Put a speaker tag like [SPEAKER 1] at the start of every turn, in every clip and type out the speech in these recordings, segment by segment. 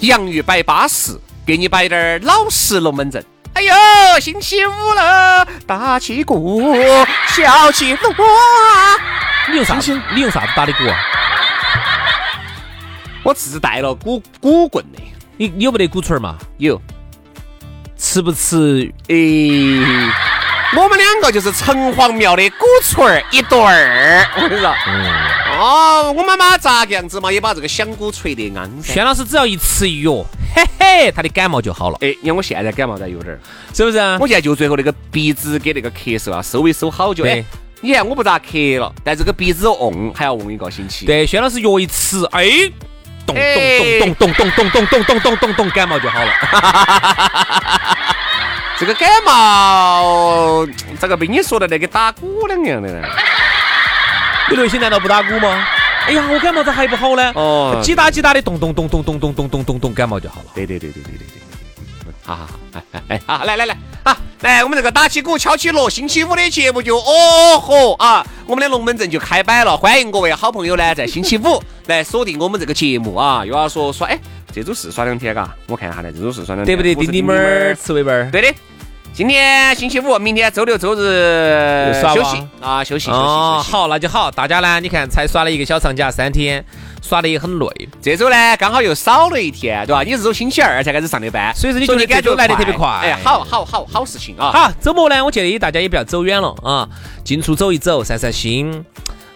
[SPEAKER 1] 洋芋摆巴适，给你摆点儿老实龙门阵。哎呦，星期五了，打起鼓，敲起锣啊！
[SPEAKER 2] 你用啥子？你用啥子打的鼓啊？
[SPEAKER 1] 我自带了鼓鼓棍的，
[SPEAKER 2] 你你有没得鼓槌儿嘛？
[SPEAKER 1] 有。
[SPEAKER 2] 吃不吃？
[SPEAKER 1] 诶，我们两个就是城隍庙的鼓槌儿一对儿，我跟你说。
[SPEAKER 2] 嗯
[SPEAKER 1] 哦，我妈妈咋个样子嘛，也把这个响鼓锤得昂噻。
[SPEAKER 2] 轩老师只要一吃一药，嘿嘿，他的感冒就好了，
[SPEAKER 1] 哎，你看我现在感冒才有点儿，
[SPEAKER 2] 是不是啊？
[SPEAKER 1] 我现在就最后那个鼻子给那个咳嗽啊，收一收好久。
[SPEAKER 2] 对
[SPEAKER 1] 哎，你看我不咋咳了，但这个鼻子嗡还要嗡一个星期。
[SPEAKER 2] 对，轩老师药一吃，哎，咚
[SPEAKER 1] 哎
[SPEAKER 2] 咚咚咚咚咚咚咚咚咚咚，感冒就好了。
[SPEAKER 1] 这个感冒，这个被你说的那个打鼓两样的呢。
[SPEAKER 2] 你刘星难道不打鼓吗？哎呀，我感冒咋还不好呢？
[SPEAKER 1] 哦
[SPEAKER 2] 几打几打的，咚咚咚咚咚咚咚咚咚咚，感冒就好了。
[SPEAKER 1] 对对对对对对对。好好好，哎哎哎，好，来来来，啊，来，我们这个打起鼓，敲起锣，星期五的节目就哦吼啊，我们的龙门阵就开摆了，欢迎各位好朋友呢，在星期五来锁定我们这个节目啊，又要说耍，哎，这周是耍两天嘎，我看一下呢，这周是耍两天，
[SPEAKER 2] 对不对？
[SPEAKER 1] 我
[SPEAKER 2] 丁
[SPEAKER 1] 是
[SPEAKER 2] 丁
[SPEAKER 1] 妹
[SPEAKER 2] 们儿、刺猬们儿，
[SPEAKER 1] 对的。今天星期五，明天周六周日
[SPEAKER 2] 耍吧
[SPEAKER 1] 休息啊，休息休息
[SPEAKER 2] 哦
[SPEAKER 1] 休，息。
[SPEAKER 2] 好，那就好。大家呢，你看才耍了一个小长假，三天，耍的也很累，
[SPEAKER 1] 这周呢，刚好又少了一天，对吧？你是周星期二才开始上的班，
[SPEAKER 2] 所以说你
[SPEAKER 1] 所以
[SPEAKER 2] 觉得
[SPEAKER 1] 感觉
[SPEAKER 2] 这周来得特别快
[SPEAKER 1] 哎，好好好好事情啊！
[SPEAKER 2] 好，周末呢，我建议大家也不要走远了啊，进出走一走，散散心。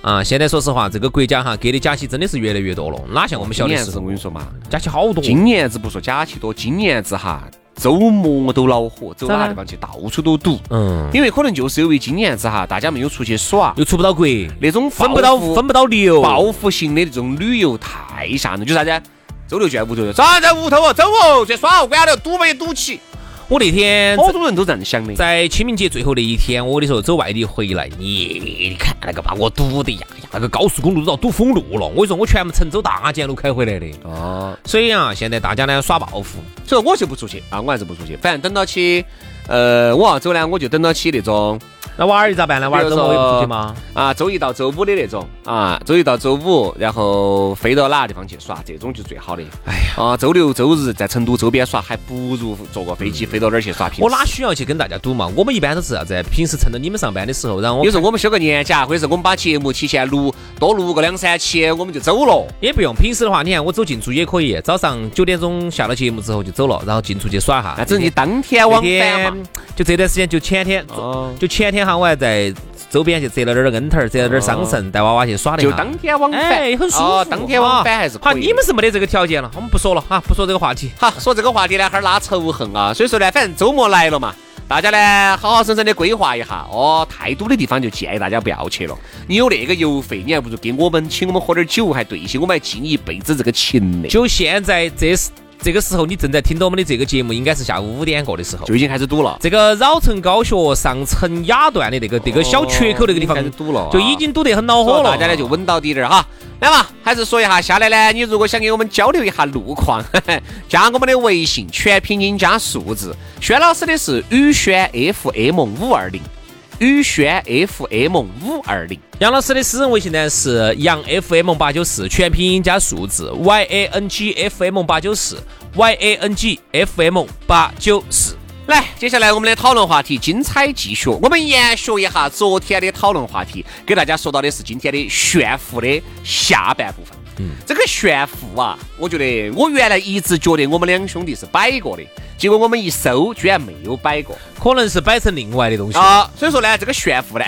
[SPEAKER 2] 啊，现在说实话，这个国家哈给的假期真的是越来越多了，哪像我们小
[SPEAKER 1] 今
[SPEAKER 2] 的
[SPEAKER 1] 年
[SPEAKER 2] 时
[SPEAKER 1] 子我
[SPEAKER 2] 候
[SPEAKER 1] 跟，你说嘛，
[SPEAKER 2] 假期好嗯多。
[SPEAKER 1] 今年子不说假期多，今年子哈，周末都恼火，走哪个地方去到处都堵，
[SPEAKER 2] 嗯，
[SPEAKER 1] 因为可能就是因为今年子哈，大家没有出去耍，
[SPEAKER 2] 又出不到国，
[SPEAKER 1] 那种
[SPEAKER 2] 分不到分不到流，
[SPEAKER 1] 报复性的那种旅游太吓人了，就啥子啊？周六就在屋头，咋在屋头哦？走哦，去耍哦，管了，堵嘛也堵起，
[SPEAKER 2] 我那天
[SPEAKER 1] 好多人都这样想的。
[SPEAKER 2] 嗯在清明节最后那一天，我跟你说，走外地回来，你你看那个把我堵的呀呀，那个高速公路都要堵封路了。我跟你说，我全部成州大捷路开回来的。
[SPEAKER 1] 哦，
[SPEAKER 2] 所以啊，现在大家呢耍报复，
[SPEAKER 1] 所以我就不出去啊，我还是不出去。反正等到起，呃，我要走呢，我就等到起那种
[SPEAKER 2] 那娃儿咋办呢？娃儿周末也不出 去吗？
[SPEAKER 1] 啊，周一到周五的那种啊，周一到周五，然后飞到哪个地方去耍，这种就最好的。哎呀，啊，周六周日在成都周边耍，还不如坐个飞机飞到嗯哪儿去耍。平时
[SPEAKER 2] 我哪需要去跟大家赌嘛？我们一般都是啥子？平时趁着你们上班的时候，然后我
[SPEAKER 1] 有时候我们休个年假，或者是我们把节目提前录多录个两三期，我们就走了。
[SPEAKER 2] 也不用。平时的话，你看我走进出也可以，早上九点钟下了节目之后就走了，然后进出去耍哈。
[SPEAKER 1] 那只是你当天
[SPEAKER 2] 那
[SPEAKER 1] 往返嘛
[SPEAKER 2] 天。就这段时间，就前天，
[SPEAKER 1] 哦
[SPEAKER 2] 就前天哈，我还在周边去折了点儿恩头儿，折了点儿桑葚，带娃娃去耍了一
[SPEAKER 1] 哦就
[SPEAKER 2] 下。
[SPEAKER 1] 当天往返，
[SPEAKER 2] 哎，很舒服、啊
[SPEAKER 1] 哦当天往返还是
[SPEAKER 2] 好，
[SPEAKER 1] 可以。
[SPEAKER 2] 你们是没得这个条件了，我们不说了哈，不说这个话题。
[SPEAKER 1] 好说这个话题呢，哈儿拉仇恨啊，所以说呢，反正周末来了嘛，大家呢好好生生的规划一下哦。太堵的地方就建议大家不要去了。你有那个油费，你还不如给我们请我们喝点酒，还对些，我们还敬你一辈子这个情呢。
[SPEAKER 2] 就现在这时这个时候，你正在听到我们的这个节目，应该是下午五点过的时候
[SPEAKER 1] 就。已经开始堵了，
[SPEAKER 2] 这个绕城高学上城雅段的那个那个小缺口那个地方
[SPEAKER 1] 哦已经开始，堵了啊
[SPEAKER 2] 就已经堵得很恼
[SPEAKER 1] 所
[SPEAKER 2] 火
[SPEAKER 1] 以
[SPEAKER 2] 了。
[SPEAKER 1] 大家呢就稳到底点儿哈。来嘛，还是说一下，下来呢，你如果想给我们交流一下路况， 加我们的微信，全拼音加数字。轩老师的是宇轩 FM 五二零，宇轩 FM 五二零。
[SPEAKER 2] 杨老师的私人微信呢是杨 FM 八九四，全拼音加数字 Y A N G F M 八九四 Y A N G F M 八九四。
[SPEAKER 1] 来，接下来我们的讨论话题精彩继续，我们延续一下昨天的讨论话题，给大家说到的是今天的炫富的下半部分。这个炫富啊，我觉得我原来一直觉得我们两兄弟是摆过的，结果我们一搜，居然没有摆过
[SPEAKER 2] 可能是摆成另外的东西。
[SPEAKER 1] 啊。所以说呢，这个炫富呢，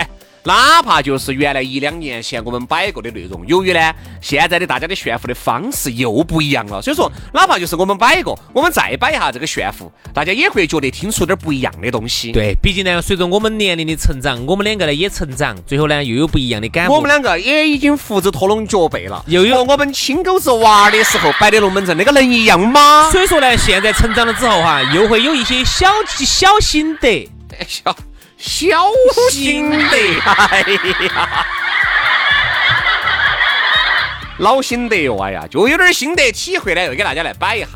[SPEAKER 1] 哪怕就是原来一两年前我们摆过的内容，由于呢现在的大家的炫富的方式又不一样了，所以说哪怕就是我们摆过，我们再摆一下这个炫富，大家也会觉得听出点不一样的东西。。
[SPEAKER 2] 对，毕竟呢，随着我们年龄的成长，我们两个呢也成长，最后呢又有不一样的感悟。
[SPEAKER 1] 我们两个也已经胡子拖拢脚背了，
[SPEAKER 2] 又有
[SPEAKER 1] 和我们亲狗子娃儿的时候摆的龙门阵，那个能一样吗？
[SPEAKER 2] 所以说呢，现在成长了之后哈，又会有一些小小心得。
[SPEAKER 1] 小哎小心 得，哎呀，老心得哟，哎呀，就有点心得体会呢，又给大家来摆一下。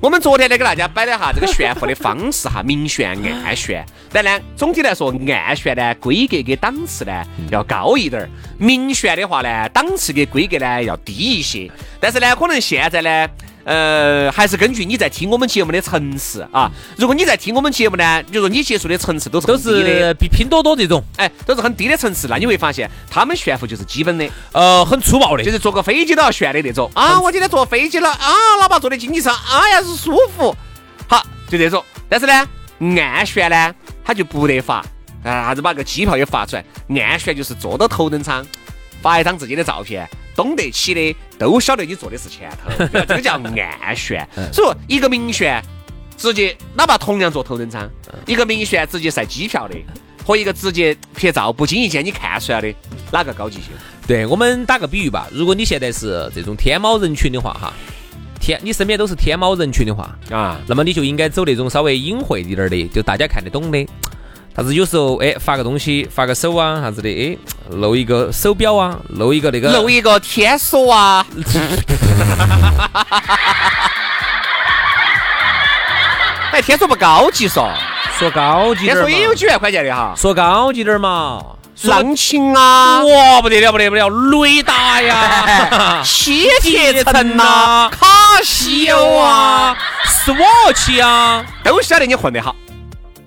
[SPEAKER 1] 我们昨天呢给大家摆了一下这个炫富的方式哈，明炫、暗炫。但呢，总体来说，暗炫呢规格跟档次呢要高一点儿，明炫的话呢档次跟规格呢要低一些。但是呢，可能现在呢。呃，还是根据你在听我们节目的层次啊。如果你在听我们节目呢，比如说你接触的层次都是很
[SPEAKER 2] 都
[SPEAKER 1] 低的
[SPEAKER 2] 是比拼多多这种，
[SPEAKER 1] 哎，都是很低的层次，那你会发现他们炫富就是基本的，
[SPEAKER 2] 呃，很粗暴的
[SPEAKER 1] 就，是坐个飞机都要炫的那种啊！我今天坐飞机了啊，老爸坐的经济舱，哎呀是舒服，好就这种。但是呢，暗炫呢，他就不得发，啊，啥子把个机票也发出来，暗炫就是坐到头等舱，发一张自己的照片。懂得起的都晓得你坐的是前头，对吧这个叫暗炫。所以说一个明炫，直接哪怕同样坐头等舱，一个明炫直接晒机票的，和一个直接拍照不经意间你看出来的，哪个高级些？
[SPEAKER 2] 对我们打个比喻吧，如果你现在是这种天猫人群的话，哈，天你身边都是天猫人群的话，
[SPEAKER 1] 啊，
[SPEAKER 2] 那么你就应该走那种稍微隐晦一点儿的，就大家看得懂的。但是有时候，哎，发个东西，发个手啊，啥子的，哎，露一个手表啊，露一个那个，
[SPEAKER 1] 露一个天梭 啊，哎，天梭不高级嗦，
[SPEAKER 2] 说高级
[SPEAKER 1] 天
[SPEAKER 2] 点儿
[SPEAKER 1] 梭哎也有
[SPEAKER 2] 嘛，
[SPEAKER 1] 几万块钱的哈，
[SPEAKER 2] 说高级点儿嘛，说
[SPEAKER 1] 浪琴啊，
[SPEAKER 2] 哇，不得了，不得了，雷达 呀，
[SPEAKER 1] 西铁城呐，
[SPEAKER 2] 啊
[SPEAKER 1] 卡西
[SPEAKER 2] 有
[SPEAKER 1] 欧啊
[SPEAKER 2] 啊，，Swatch 啊，
[SPEAKER 1] 都晓得你混得好，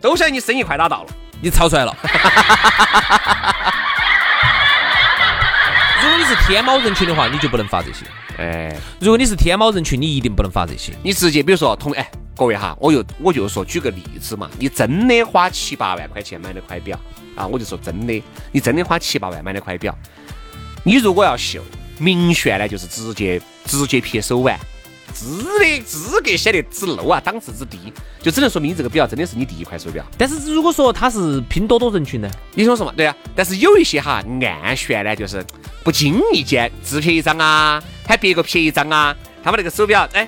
[SPEAKER 1] 都晓得你生意快打到了。
[SPEAKER 2] 你抄出 来了。如果你是天猫人群的话，你就不能发这些；
[SPEAKER 1] 哎，
[SPEAKER 2] 如果你是天猫人群，你一定不能发这些。
[SPEAKER 1] 你直接比如说同哎，各位哈，我又我就说举个例子嘛，你真的花七八万块钱买了块表啊，我就说真的，你真的花七八万买了块表，你如果要秀明炫呢，就是直接直接撇手腕。资的资格显得之 low 啊，档次之低，就只能说明这个表真的是你第一块手表。
[SPEAKER 2] 但是如果说他是拼多多人群呢？
[SPEAKER 1] 你听我说嘛，对呀、但是有一些哈暗炫呢，就是不经意间自拍一张啊，还别个拍一张啊，他们那个手表，哎，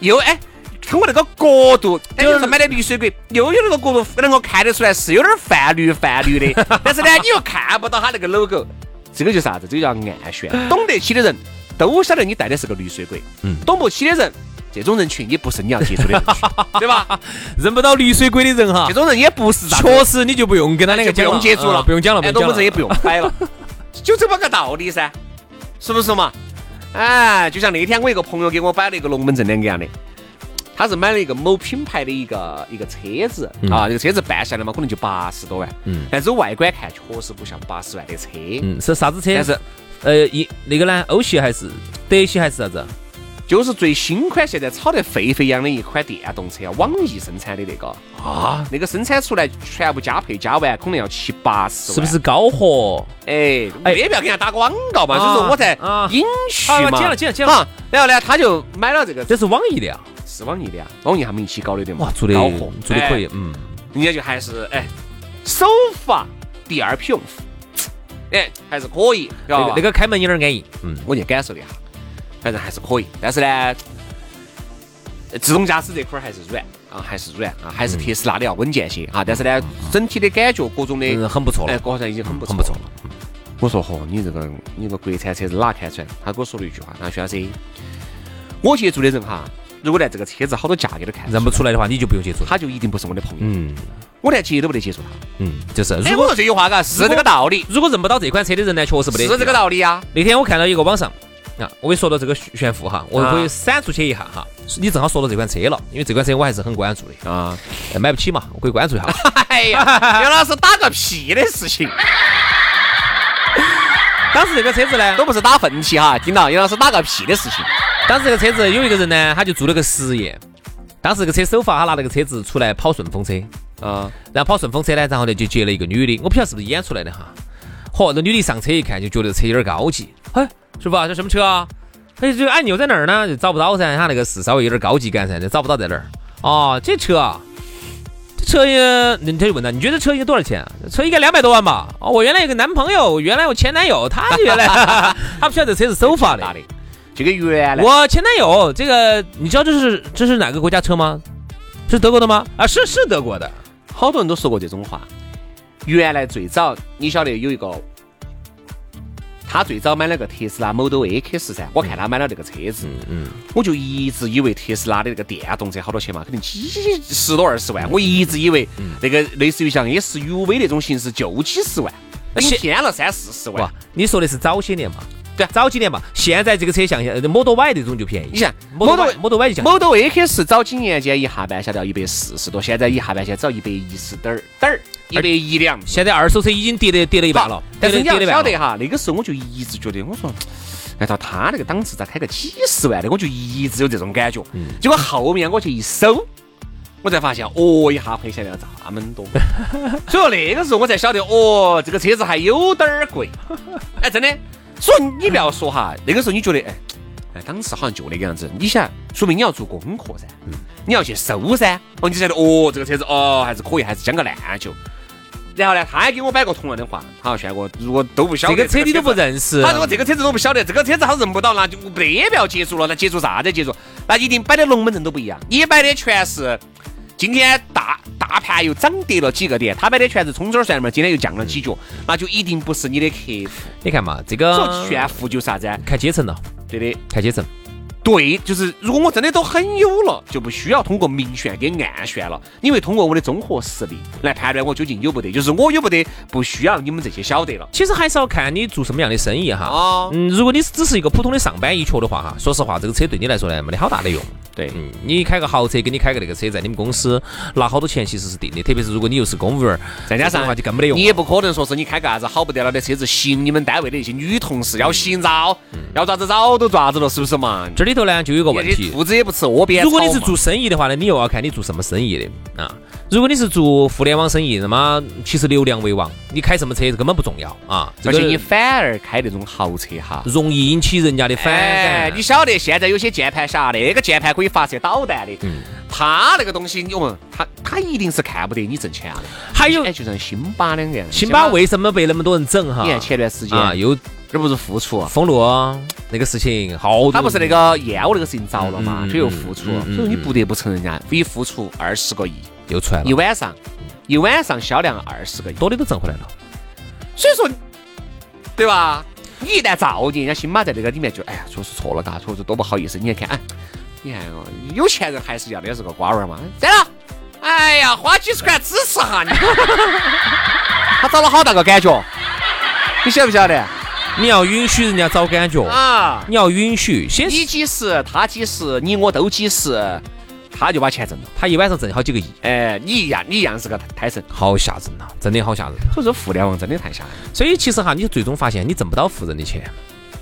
[SPEAKER 1] 又哎，通过那个角度，哎，
[SPEAKER 2] 就是
[SPEAKER 1] 就是买的绿水鬼，又有那个角度能够看得出来是有点泛绿泛绿的， 但是呢，你又看不到它那个 logo，这个就是啥子？这个叫暗炫。懂得起的人都晓得你戴的是个绿水鬼，嗯，懂不起的人，这种人群也不是你要接触的人群，对吧？
[SPEAKER 2] 认不到绿水鬼的人哈
[SPEAKER 1] 这，种人也不是啥子
[SPEAKER 2] 确实你就不用跟他那个
[SPEAKER 1] 就不
[SPEAKER 2] 讲
[SPEAKER 1] 用接触了，
[SPEAKER 2] 啊不用讲了，不
[SPEAKER 1] 哎
[SPEAKER 2] 用讲
[SPEAKER 1] 龙门阵
[SPEAKER 2] 了。
[SPEAKER 1] 也不 用摆了，就这么个道理噻，是不是嘛？哎，就像那天我一个朋友给我摆了一个龙门阵两个样的，他是买了一个某品牌的一个一个车子、啊，这个车子办下来嘛，可能就八十多万，
[SPEAKER 2] 嗯
[SPEAKER 1] 但是外观看确实不像八十万的车，
[SPEAKER 2] 嗯，是啥子车？
[SPEAKER 1] 但是
[SPEAKER 2] 呃，一那个呢，欧系还是德系还是啥子？
[SPEAKER 1] 就是最新款现在炒得沸沸扬扬的一款电动车，网易生产的那个啊，那个生产出来全部加配加完，可能要七八十万，
[SPEAKER 2] 是不是高和？
[SPEAKER 1] 哎，
[SPEAKER 2] 哎
[SPEAKER 1] 没必要给人家打广告嘛，
[SPEAKER 2] 啊
[SPEAKER 1] 所以说我才
[SPEAKER 2] 啊
[SPEAKER 1] 隐去
[SPEAKER 2] 啊
[SPEAKER 1] 嘛。
[SPEAKER 2] 接了接了接了
[SPEAKER 1] 啊然后呢，他就买了这个，
[SPEAKER 2] 这是网易的啊！
[SPEAKER 1] 是网易的呀，网易他们一起搞的对嘛？
[SPEAKER 2] 哇，做的
[SPEAKER 1] 高货
[SPEAKER 2] 做的可以
[SPEAKER 1] 哎，
[SPEAKER 2] 嗯。
[SPEAKER 1] 人家就还是哎，首发第二品夫，哎，还是可以，知道吧
[SPEAKER 2] 那个那个开门有点安逸，嗯，
[SPEAKER 1] 我去感受了一下，反正还是可以。但是呢，自动驾驶这块儿还是软啊，还是软啊，还是特斯拉的要稳健些啊。但是呢，整体的感觉，各种
[SPEAKER 2] 嗯
[SPEAKER 1] 的，
[SPEAKER 2] 很不错
[SPEAKER 1] 哎，
[SPEAKER 2] 了，
[SPEAKER 1] 好像已经很不错，
[SPEAKER 2] 很不错了。。
[SPEAKER 1] 我说嚯，你这个你这个国产车是哪看出来？他给我说了一句话，他说徐老师，我接触的人哈，如果连这个车子好多价格都看
[SPEAKER 2] 认
[SPEAKER 1] 出
[SPEAKER 2] 不
[SPEAKER 1] 来，
[SPEAKER 2] 出来的话，你就不用接触。
[SPEAKER 1] 他就一定不是我的朋友，
[SPEAKER 2] 嗯
[SPEAKER 1] 我连接都不得接触他。
[SPEAKER 2] 嗯，就是
[SPEAKER 1] 哎，
[SPEAKER 2] 如
[SPEAKER 1] 我
[SPEAKER 2] 果
[SPEAKER 1] 说这句话嘎是这个道理，
[SPEAKER 2] 如果认不到这款车的人呢，确实不得啊
[SPEAKER 1] 是这个
[SPEAKER 2] 理。
[SPEAKER 1] 道理啊呀。
[SPEAKER 2] 那天我看到一个网上啊，我一说到这个炫炫富哈，我
[SPEAKER 1] 啊
[SPEAKER 2] 可以闪出去一下哈。你正好说到这款车了，因为这款车我还是很关注的，
[SPEAKER 1] 啊，
[SPEAKER 2] 呃买不起嘛，我可以关注一下。
[SPEAKER 1] 哎呀，杨老师打个屁的事情，
[SPEAKER 2] 当时这个车子呢，
[SPEAKER 1] 都不是打粪气哈，听到杨老师打个屁的事情。
[SPEAKER 2] 当时这个车子有一个人呢，他就做了个实验。当时这个车首发，他拿那个车子出来跑顺风车，
[SPEAKER 1] 嗯，
[SPEAKER 2] 然后跑顺风车呢，然后呢就接了一个女的，我不晓得是不是演出来的哈。嚯，那女的上车一看就觉得车有点高级，嘿，师傅啊，这什么车啊？哎，这个按钮在哪儿呢？就找不到噻，他那个是稍微有点高级感噻，就找不到在哪儿。哦，这车啊，这车也，那他就问他，你觉得车应该多少钱啊？车应该两百多万吧？哦，我原来有个男朋友，原来我前男友，他原来 他不晓得这车是首发的。
[SPEAKER 1] 打的，这个原来
[SPEAKER 2] 我前男友这个，你知道这是这是哪个国家车吗？是德国的吗？啊，是是德国的。
[SPEAKER 1] 好多人都说过这种话。原来最早你晓得有一个，他最早买了个特斯拉 Model X 噻，我看他买了这个车子，
[SPEAKER 2] 嗯，
[SPEAKER 1] 我就一直以为特斯拉的那个电动车好多钱嘛，可能几十多二十
[SPEAKER 2] 嗯
[SPEAKER 1] 万，我一直以为那个类似于像 SUV 那种形式就几十万，
[SPEAKER 2] 那
[SPEAKER 1] 顶
[SPEAKER 2] 现
[SPEAKER 1] 天了三四十
[SPEAKER 2] 哇
[SPEAKER 1] 万。，
[SPEAKER 2] 你说的是早些年嘛？对，早几年嘛。现在这个车像呃 Model Y 这种就便宜。
[SPEAKER 1] 啊你想
[SPEAKER 2] Model
[SPEAKER 1] Model-
[SPEAKER 2] Model Y 就像
[SPEAKER 1] Model X 早几年间一下半下到一百四十多，现在一下半下只要一百一十点儿点儿，一百一两。
[SPEAKER 2] 现在二手车已经跌了跌了一半了，
[SPEAKER 1] 但是你
[SPEAKER 2] 跌
[SPEAKER 1] 要
[SPEAKER 2] 了跌了一
[SPEAKER 1] 晓
[SPEAKER 2] 半
[SPEAKER 1] 得
[SPEAKER 2] 了。
[SPEAKER 1] 哈，那个时候我就一直觉得，我说，按照他那个档次，咋开个几十万的？我就一直有这种感觉。结果后面我去一搜，我才发现，哦，一下亏钱了这么多。所以说那个时候我才晓得，哦，这个车子还有点儿贵。哎，真的。所以你不要说哈，那个时候你觉得，哎，哎，档次好像就那个样子。你想，说明你要做功课噻，
[SPEAKER 2] 嗯
[SPEAKER 1] 你要去搜噻。哦，你才晓得，哦，这个车子哦还是可以，还是将个烂酒。然后呢，他还给我摆过同样的话，他说轩哥，如果都不晓
[SPEAKER 2] 这
[SPEAKER 1] 得
[SPEAKER 2] 个车你都不
[SPEAKER 1] 认。
[SPEAKER 2] 认识
[SPEAKER 1] 他，说我这个车子都不晓得，这个车子他认不到，那就没必要接触了。那接触啥子接触？那一定摆的龙门阵都不一样。你摆的全是今天大大盘又涨跌了几个点，他摆的全是冲着算嘛，今天又降了几角，那就一定不是你的客户。
[SPEAKER 2] 你看嘛，这
[SPEAKER 1] 说
[SPEAKER 2] 个
[SPEAKER 1] 炫富就是啥子啊？
[SPEAKER 2] 看阶层了，
[SPEAKER 1] 对的，
[SPEAKER 2] 看阶层。
[SPEAKER 1] 对，就是如果我真的都很有了，就不需要通过明炫跟暗炫了，因为通过我的综合实力来判断我究竟有不得，就是我有不得，不需要你们这些晓得了。
[SPEAKER 2] 其实还是要看你做什么样的生意哈。
[SPEAKER 1] 哦
[SPEAKER 2] 嗯，如果你只是一个普通的上班一族的话哈，说实话，这个车对你来说呢，没得好大的用。
[SPEAKER 1] 对
[SPEAKER 2] 嗯，你开个豪车，跟你开个那个车，在你们公司拿好多钱其实是定的，特别是如果你又是公务员儿，
[SPEAKER 1] 再加上
[SPEAKER 2] 这种的话就更没得用
[SPEAKER 1] 你
[SPEAKER 2] 了。
[SPEAKER 1] 也不可能说是你开个啥子好不得了的车子吸引你们单位的一些女同事，要吸引着，要咋子找都咋子了，是不是嘛？
[SPEAKER 2] 这里头呢，就有个问
[SPEAKER 1] 你
[SPEAKER 2] 题，
[SPEAKER 1] 兔子也不吃窝边草
[SPEAKER 2] 如
[SPEAKER 1] 嘛
[SPEAKER 2] 果你是做生意的话呢，你又要看你做什么生意的啊。如果你是做互联网生意，那么其实流量为王，你开什么车根本不重要啊。这
[SPEAKER 1] 而
[SPEAKER 2] 个
[SPEAKER 1] 且你反而开那种豪车哈。
[SPEAKER 2] 容易引起人家的反
[SPEAKER 1] 哎
[SPEAKER 2] 感，。
[SPEAKER 1] 你晓得现在有些键盘侠，那个键盘可以发射导弹的，
[SPEAKER 2] 嗯
[SPEAKER 1] 他那个东西，你问他，他一定是看不得你挣钱啊的。
[SPEAKER 2] 还有
[SPEAKER 1] 哎，就像辛巴两个样，
[SPEAKER 2] 辛巴，为什么被那么多人整哈
[SPEAKER 1] 你？看前段时间
[SPEAKER 2] 啊，又
[SPEAKER 1] 这不是复出啊，
[SPEAKER 2] 封路啊那个事情，好多
[SPEAKER 1] 他不是那个燕窝那个事情遭了嘛，
[SPEAKER 2] 嗯
[SPEAKER 1] 就又复出啊
[SPEAKER 2] 嗯
[SPEAKER 1] 了，所以说
[SPEAKER 2] 嗯嗯
[SPEAKER 1] 你不得不承认人家一复出二十个亿。
[SPEAKER 2] 又出来
[SPEAKER 1] 一
[SPEAKER 2] 了，
[SPEAKER 1] 晚上，一晚上销量二十个亿，
[SPEAKER 2] 多的都挣回来了。
[SPEAKER 1] 所以说，对吧？你一旦造孽，人家辛巴在这个里面就，哎呀，确实错了嘎，确实多不好意思。你看看，哎，你看哦，有钱人还是要的是个瓜娃儿嘛。对了，哎呀，花几十块支持哈你， 他找了好大个感觉，你晓不晓得
[SPEAKER 2] 你要允许人家找感觉，
[SPEAKER 1] 啊？
[SPEAKER 2] 你要允许。先
[SPEAKER 1] 你几十，他几十，你我都几十，他就把钱挣了。
[SPEAKER 2] 他一晚上挣好几个亿，
[SPEAKER 1] 哎，你一样，你一样是个胎神。
[SPEAKER 2] 好吓人呐，真的好吓人。
[SPEAKER 1] 所以说，互联网真的太吓人了。
[SPEAKER 2] 所以其实哈，你最终发现你挣不到富人的钱，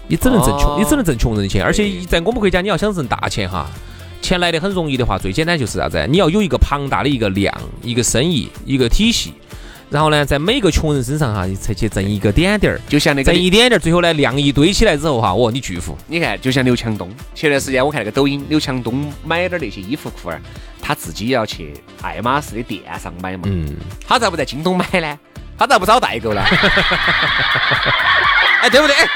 [SPEAKER 2] 你只能挣穷，
[SPEAKER 1] 哦
[SPEAKER 2] 你只能挣穷人的钱。而且
[SPEAKER 1] 对
[SPEAKER 2] 在我们国家，你要想挣大钱哈，钱来的很容易的话，最简单就是啥子？你要有一个庞大的一个量、一个生意、一个体系，然后呢，在每个穷人身上哈，你才去挣一个点点儿，
[SPEAKER 1] 就像那个
[SPEAKER 2] 挣一点点儿，最后呢，量一堆起来之后哈，哦，你巨富。
[SPEAKER 1] 你看，就像刘强东，前段时间我看那个抖音，刘强东买点那些衣服裤儿，他自己也要去爱马仕的店上买嘛，
[SPEAKER 2] 嗯，
[SPEAKER 1] 他咋不在京东买呢？他咋不找代购呢？ 哎，对不对？哎，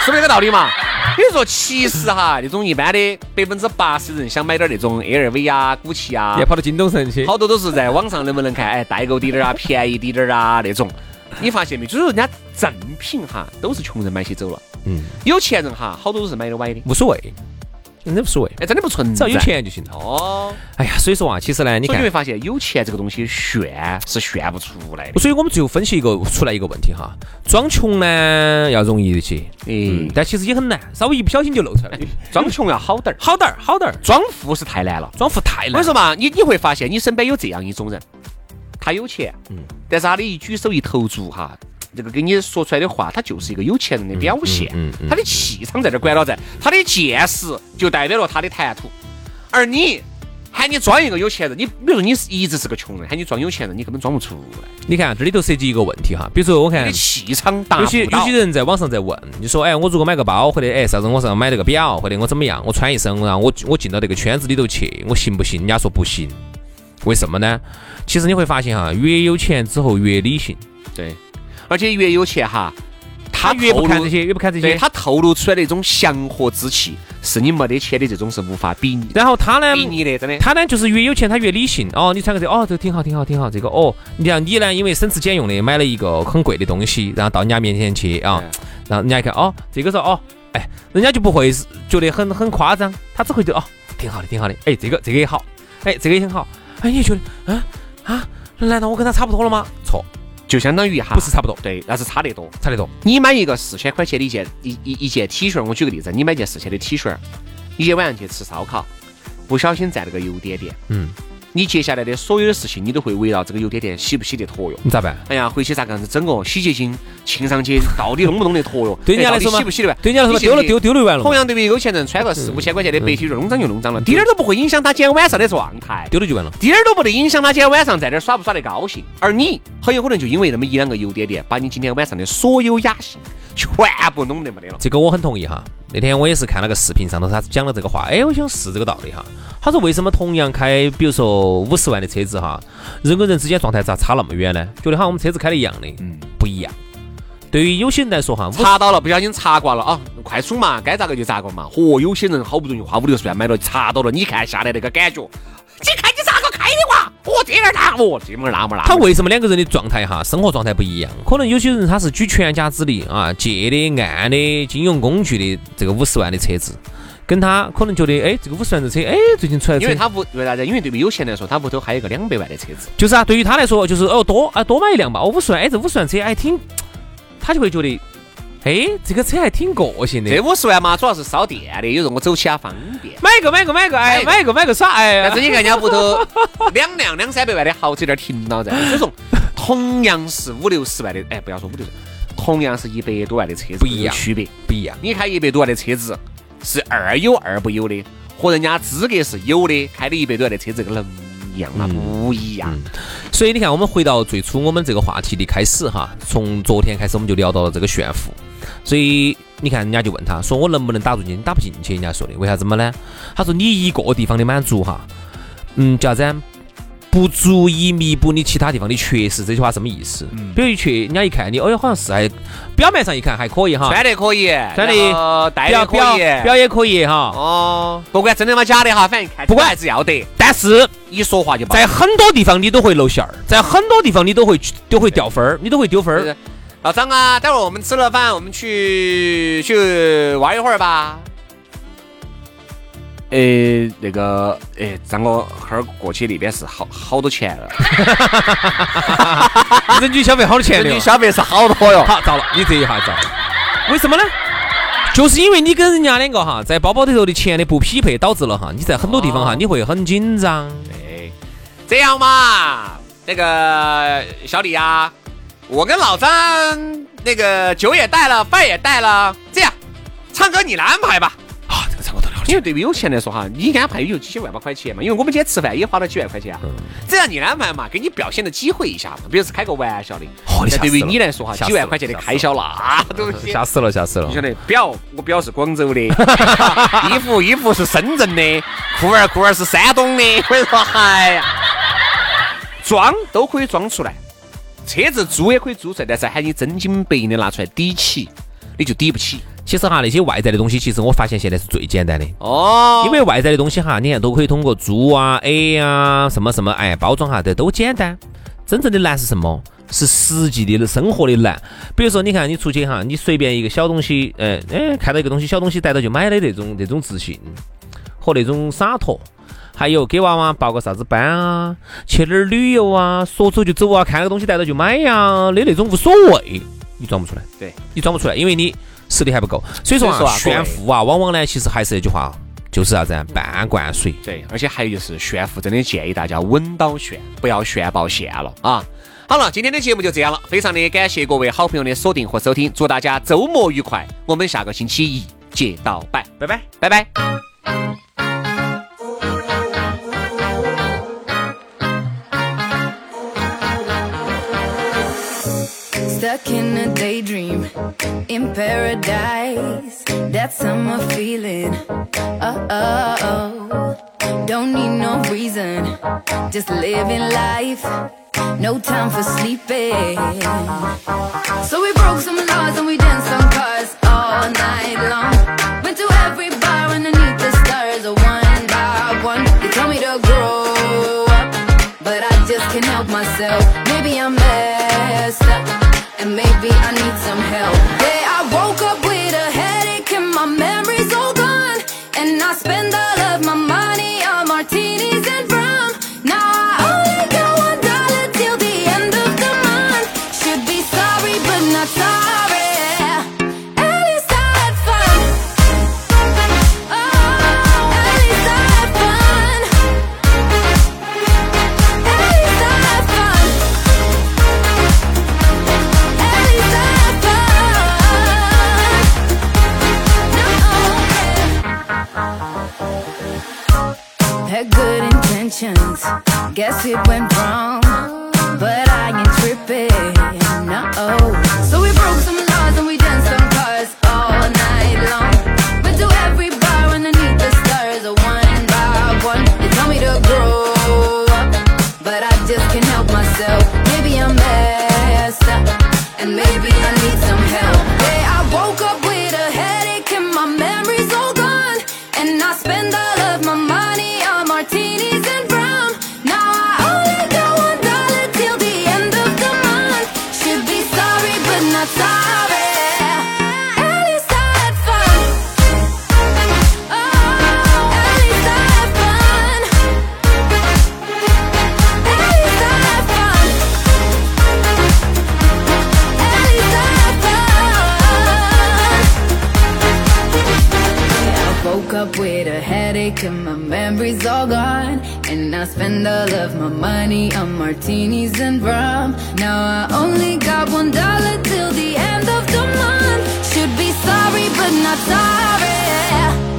[SPEAKER 1] 是不是这个道理嘛？比如说，其实哈，那种一般的百分之八十人想买点那种 LV 啊、古奇啊，
[SPEAKER 2] 也跑到京东上去。
[SPEAKER 1] 好多都是在网上能不能看，哎，代购滴点儿啊，便宜滴点儿啊那种。你发现没？就是人家正品哈，都是穷人买起走了，
[SPEAKER 2] 嗯，
[SPEAKER 1] 有钱人哈，好多都是买的歪的。
[SPEAKER 2] 无所谓，真的无所谓，
[SPEAKER 1] 哎，真的不存
[SPEAKER 2] 只
[SPEAKER 1] 在。
[SPEAKER 2] 要有钱就行了。
[SPEAKER 1] 哦，
[SPEAKER 2] 哎呀，所以说啊，其实呢，你
[SPEAKER 1] 所以
[SPEAKER 2] 看
[SPEAKER 1] 你会，发现有钱这个东西炫是炫不出来的。
[SPEAKER 2] 所以我们最后分析一个出来一个问题哈，装穷呢要容易一些，
[SPEAKER 1] 哎
[SPEAKER 2] 嗯，，哎但其实也很难，稍微一不小心就露出来了。
[SPEAKER 1] 装穷要好点儿，
[SPEAKER 2] 好点儿，好点儿，
[SPEAKER 1] 装富是太难了。
[SPEAKER 2] 装富太
[SPEAKER 1] 我
[SPEAKER 2] 难。
[SPEAKER 1] 跟你说嘛，你你会发现你身边有这样一种人，他有钱，
[SPEAKER 2] 嗯
[SPEAKER 1] 但是他的一举手一投足哈，这个给你说出来的话，他就是一个有钱人的表现，
[SPEAKER 2] 嗯
[SPEAKER 1] 他的气场在这儿管到在，他的见识就代表了他的谈吐。而你喊你装一个有钱人，你比如说你是一直是个穷人，喊你装有钱人，你根本装不出来，
[SPEAKER 2] 你看这里头涉及一个问啊题哈，比如说我
[SPEAKER 1] 你
[SPEAKER 2] 看
[SPEAKER 1] 的气场达
[SPEAKER 2] 有
[SPEAKER 1] 不
[SPEAKER 2] 些有
[SPEAKER 1] 到
[SPEAKER 2] 些。人在网上在问，你说，哎，我如果买个包，或者哎啥子，我上买了个表，或者我怎么样，我穿一身，然后我我进到这个圈子里头去，我行不行？人家说不行，为什么呢？其实你会发现哈，越有钱之后越理性，
[SPEAKER 1] 对，而且越有钱哈，他
[SPEAKER 2] 他越不
[SPEAKER 1] 透露
[SPEAKER 2] 看这些，越不看这
[SPEAKER 1] 对
[SPEAKER 2] 些。
[SPEAKER 1] 他透露出来的一种祥和之气，是你没得钱的这种是无法比拟
[SPEAKER 2] 然后他呢，
[SPEAKER 1] 比拟的，真的。
[SPEAKER 2] 他呢就是越有钱他越理性哦，你穿个这个哦，这个挺好挺好挺好，这个哦，你像你呢，因为省吃俭用的买了一个很贵的东西，然后到人家面前去啊
[SPEAKER 1] 哎，
[SPEAKER 2] 然后人家一看哦，这个时候哦，哎，人家就不会是觉得很很夸张，他只会觉得哦，挺好的挺好的，哎，这个这个也好，哎，这个也很好，哎，你也觉得啊啊，难道我跟他差不多了吗？错，
[SPEAKER 1] 就相当于哈，
[SPEAKER 2] 不是差不多，
[SPEAKER 1] 对，那是差得多。
[SPEAKER 2] 差得多，
[SPEAKER 1] 你买一个四千块钱的一件一一一件 T 恤，我举个例子，你买件四千的 T 恤，你今天晚上去吃烧烤，不小心占了个油点点，
[SPEAKER 2] 嗯，
[SPEAKER 1] 你接下来的所有的事情，你都会围绕这个油点点洗不洗得脱哟。
[SPEAKER 2] 你咋办？
[SPEAKER 1] 哎呀，回去咋个样子整个洗洁精清上去，到底弄不弄得脱哟？
[SPEAKER 2] 对人家
[SPEAKER 1] 哎
[SPEAKER 2] 来说
[SPEAKER 1] 到底洗
[SPEAKER 2] 嘛
[SPEAKER 1] 不洗得完？
[SPEAKER 2] 对人家来说
[SPEAKER 1] 你信
[SPEAKER 2] 丢
[SPEAKER 1] 不
[SPEAKER 2] 了
[SPEAKER 1] 信
[SPEAKER 2] 丢丢了完了嘛嗯
[SPEAKER 1] 同，样，对于有钱人穿个四五千块钱的白 T 恤，弄脏就弄脏了，滴点儿都不会影响他今天晚上的状态，
[SPEAKER 2] 丢了就完了。
[SPEAKER 1] 滴点儿都不得影响他今天晚上在这儿耍不耍得高兴。而你很有可能就因为那么一两个油点点，把你今天晚上的所有雅兴全部弄得没得了。
[SPEAKER 2] 这个我很同意哈。那天我也是看了个视频上头，他讲了这个话，哎，我想是这个道理哈。他说为什么同样开，比如说五十万的车子哈，人跟人之间状态咋差那么远呢？觉得好像我们车子开的一样的，嗯，不一样。对于有些人来说哈，五
[SPEAKER 1] 查到了，不小心查挂了啊！快充嘛，该咋个就咋个嘛。嚯、有些人好不容易花五六十万买了，查到了，你看下来那个感觉，你看你咋个开的哇？哦，这个那哦，这门儿那门儿那门儿。
[SPEAKER 2] 他为什么两个人的状态哈，生活状态不一样？可能有些人他是举全家之力啊，借的、按的、金融工具的这个五十万的车子，跟他可能觉得哎，这个五十万的车，哎，最近出来车
[SPEAKER 1] 因为他屋为啥子？因为对于有钱人来说，他屋头还有一个两百万的车子。
[SPEAKER 2] 就是啊，对于他来说，就是哦多啊多买一辆吧，哦五十万，哎这五十万车还挺，他就会觉得，哎这个车还挺个性的
[SPEAKER 1] 这，五十万嘛，主要是烧电的，有时候我走起啊方便。
[SPEAKER 2] 买一个买一个买一个，哎买一个买一个耍，哎，
[SPEAKER 1] 但是你看人家屋头 两辆两三百万的豪车在那儿停到在，所以说同样是五六十万的，哎，不要说五六十，同样是一百多万的车子
[SPEAKER 2] 不一样
[SPEAKER 1] 有区别。
[SPEAKER 2] 不一样，
[SPEAKER 1] 你开一百多万的车子是二有二不有的，和人家资格是有的，开的一百多万的车子跟能一样吗？
[SPEAKER 2] 嗯
[SPEAKER 1] 不一样。
[SPEAKER 2] 所以你看，我们回到最初我们这个话题的开始哈，从昨天开始我们就聊到了这个炫富，所以你看人家就问他说我能不能打入去，你打不进去，人家说的为啥子么呢？他说你一个地方的满足哈，嗯叫啥子啊？不足以弥补你其他地方的缺失，这句话什么意思？
[SPEAKER 1] 嗯
[SPEAKER 2] 比如一去，人家一看你，哎呦，好像是还表面上一看还可以哈，
[SPEAKER 1] 穿得可以，
[SPEAKER 2] 穿得
[SPEAKER 1] 然后戴得哎
[SPEAKER 2] 表
[SPEAKER 1] 可
[SPEAKER 2] 表
[SPEAKER 1] 以，
[SPEAKER 2] 表也可以哈，
[SPEAKER 1] 哦，不管真的吗假的哈，反正看
[SPEAKER 2] 不管
[SPEAKER 1] 还是要得，
[SPEAKER 2] 但是
[SPEAKER 1] 一说话就爆
[SPEAKER 2] 在很多地方你都会露馅儿，在很多地方你都会都会掉分儿，你都会丢分
[SPEAKER 1] 就
[SPEAKER 2] 儿
[SPEAKER 1] 是。老张啊，待会儿我们吃了饭，我们去去玩一会儿吧。呃，那个，哎，张哥，哈儿过去那边是好好多钱啊了，
[SPEAKER 2] 人均消费好多钱
[SPEAKER 1] 人
[SPEAKER 2] 的
[SPEAKER 1] 均
[SPEAKER 2] 哟。
[SPEAKER 1] 消费是好多 哟。
[SPEAKER 2] 好，糟了，你这一下糟了。为什么呢？就是因为你跟人家两个哈，在包包里头的钱的不匹配，导致了哈，你在很多地方哈，
[SPEAKER 1] 哦
[SPEAKER 2] 你会很紧张。
[SPEAKER 1] 哎，这样嘛，那个小李呀、我跟老张那个酒也带了，饭也带了，这样，唱歌你来安排吧。
[SPEAKER 2] 啊，这个差不多了
[SPEAKER 1] 因为对于有钱来说哈，你安排也就几万把块钱嘛，因为我们今天吃饭也花了几万块钱啊，
[SPEAKER 2] 嗯
[SPEAKER 1] 这样你安排嘛，给你表现的机会一下嘛，比如是开个玩笑的。
[SPEAKER 2] 哦你吓
[SPEAKER 1] 但对
[SPEAKER 2] 死了
[SPEAKER 1] 于你来说哈，
[SPEAKER 2] 吓死了
[SPEAKER 1] 几万块钱的开销那都 是
[SPEAKER 2] 吓死了，吓死了
[SPEAKER 1] 你！晓得表，我表是广 州的，衣服衣服是深圳的，裤儿裤儿是山东的。我跟你说，哎呀，装都可以装出来，车子租也可以租出来，但是喊你真金白银的拿出来抵起，你就抵不起。
[SPEAKER 2] 其实哈，那些外在的东西，其实我发现现在是最简单的。
[SPEAKER 1] 哦
[SPEAKER 2] 因为外在的东西哈，你看都可以通过租啊、A 啊、什么什么哎包装哈，这都简单。真正的难是什么？是实际的生活的难。比如说，你看你出去哈，你随便一个小东西，哎哎，看到一个东西小东西逮到就买的那种那种自信和那种洒脱。还有给娃娃报个啥子班啊，去哪儿旅游啊，说走就走啊，看个东西逮到就买呀、的那种无所谓，你装不出来。
[SPEAKER 1] 对，
[SPEAKER 2] 你装不出来，因为你实力还不够。所以说
[SPEAKER 1] 所以说
[SPEAKER 2] 啊，
[SPEAKER 1] 啊各位
[SPEAKER 2] 炫富啊，往往呢，其实还是那句话啊，就是啥子啊，半罐水。
[SPEAKER 1] 对，而且还有就是炫富，真的建议大家稳到炫，不要炫爆线了啊！好了，今天的节目就这样了，非常的感谢各位好朋友的锁定和收听，祝大家周末愉快，我们下个星期一见到拜，拜拜，拜拜。
[SPEAKER 3] Stuck in a daydream in paradise. That summer feeling. Oh, oh, oh. Don't need no reason. Just living life. No time for sleeping. So we broke some laws and we danced on cars all night long. Went to every bar underneath the stars, oh, one by one. They tell me to grow up but I just can't help myself. Maybe I'm messed up, and maybe I need some help. Yeah, I woke up with a headache, and my memory's all gone. And I spend all of my money on martinis and brown. Now I only got one dollar till the end of the month. Should be sorry, but not sorry. At least I had fun. Oh, at least I had fun. At least I had fun. At least I had fun. Had good intentions, guess it went wrong, but I ain't tripping. No, so we broke some laws and we danced on cars all night long. But to every bar underneath the stars, one by one, they tell me to grow up but I just can't help myself. Maybe I'm messed up, and maybe I need some help. Yeah, I woke up with a headache, and my memory's all gone. And I spend all of my money on martinis and brown. Now I only got one dollar till the end of the month. Should be sorry, but not sorry. At least I had fun. Oh, at least I had fun. At least I had fun. At least I had fun. I woke up with a headache and my memories all gone. And I spend all of my money on martinis and rum. Now I only got one dollar till the end of the month. Should be sorry, but not sorry.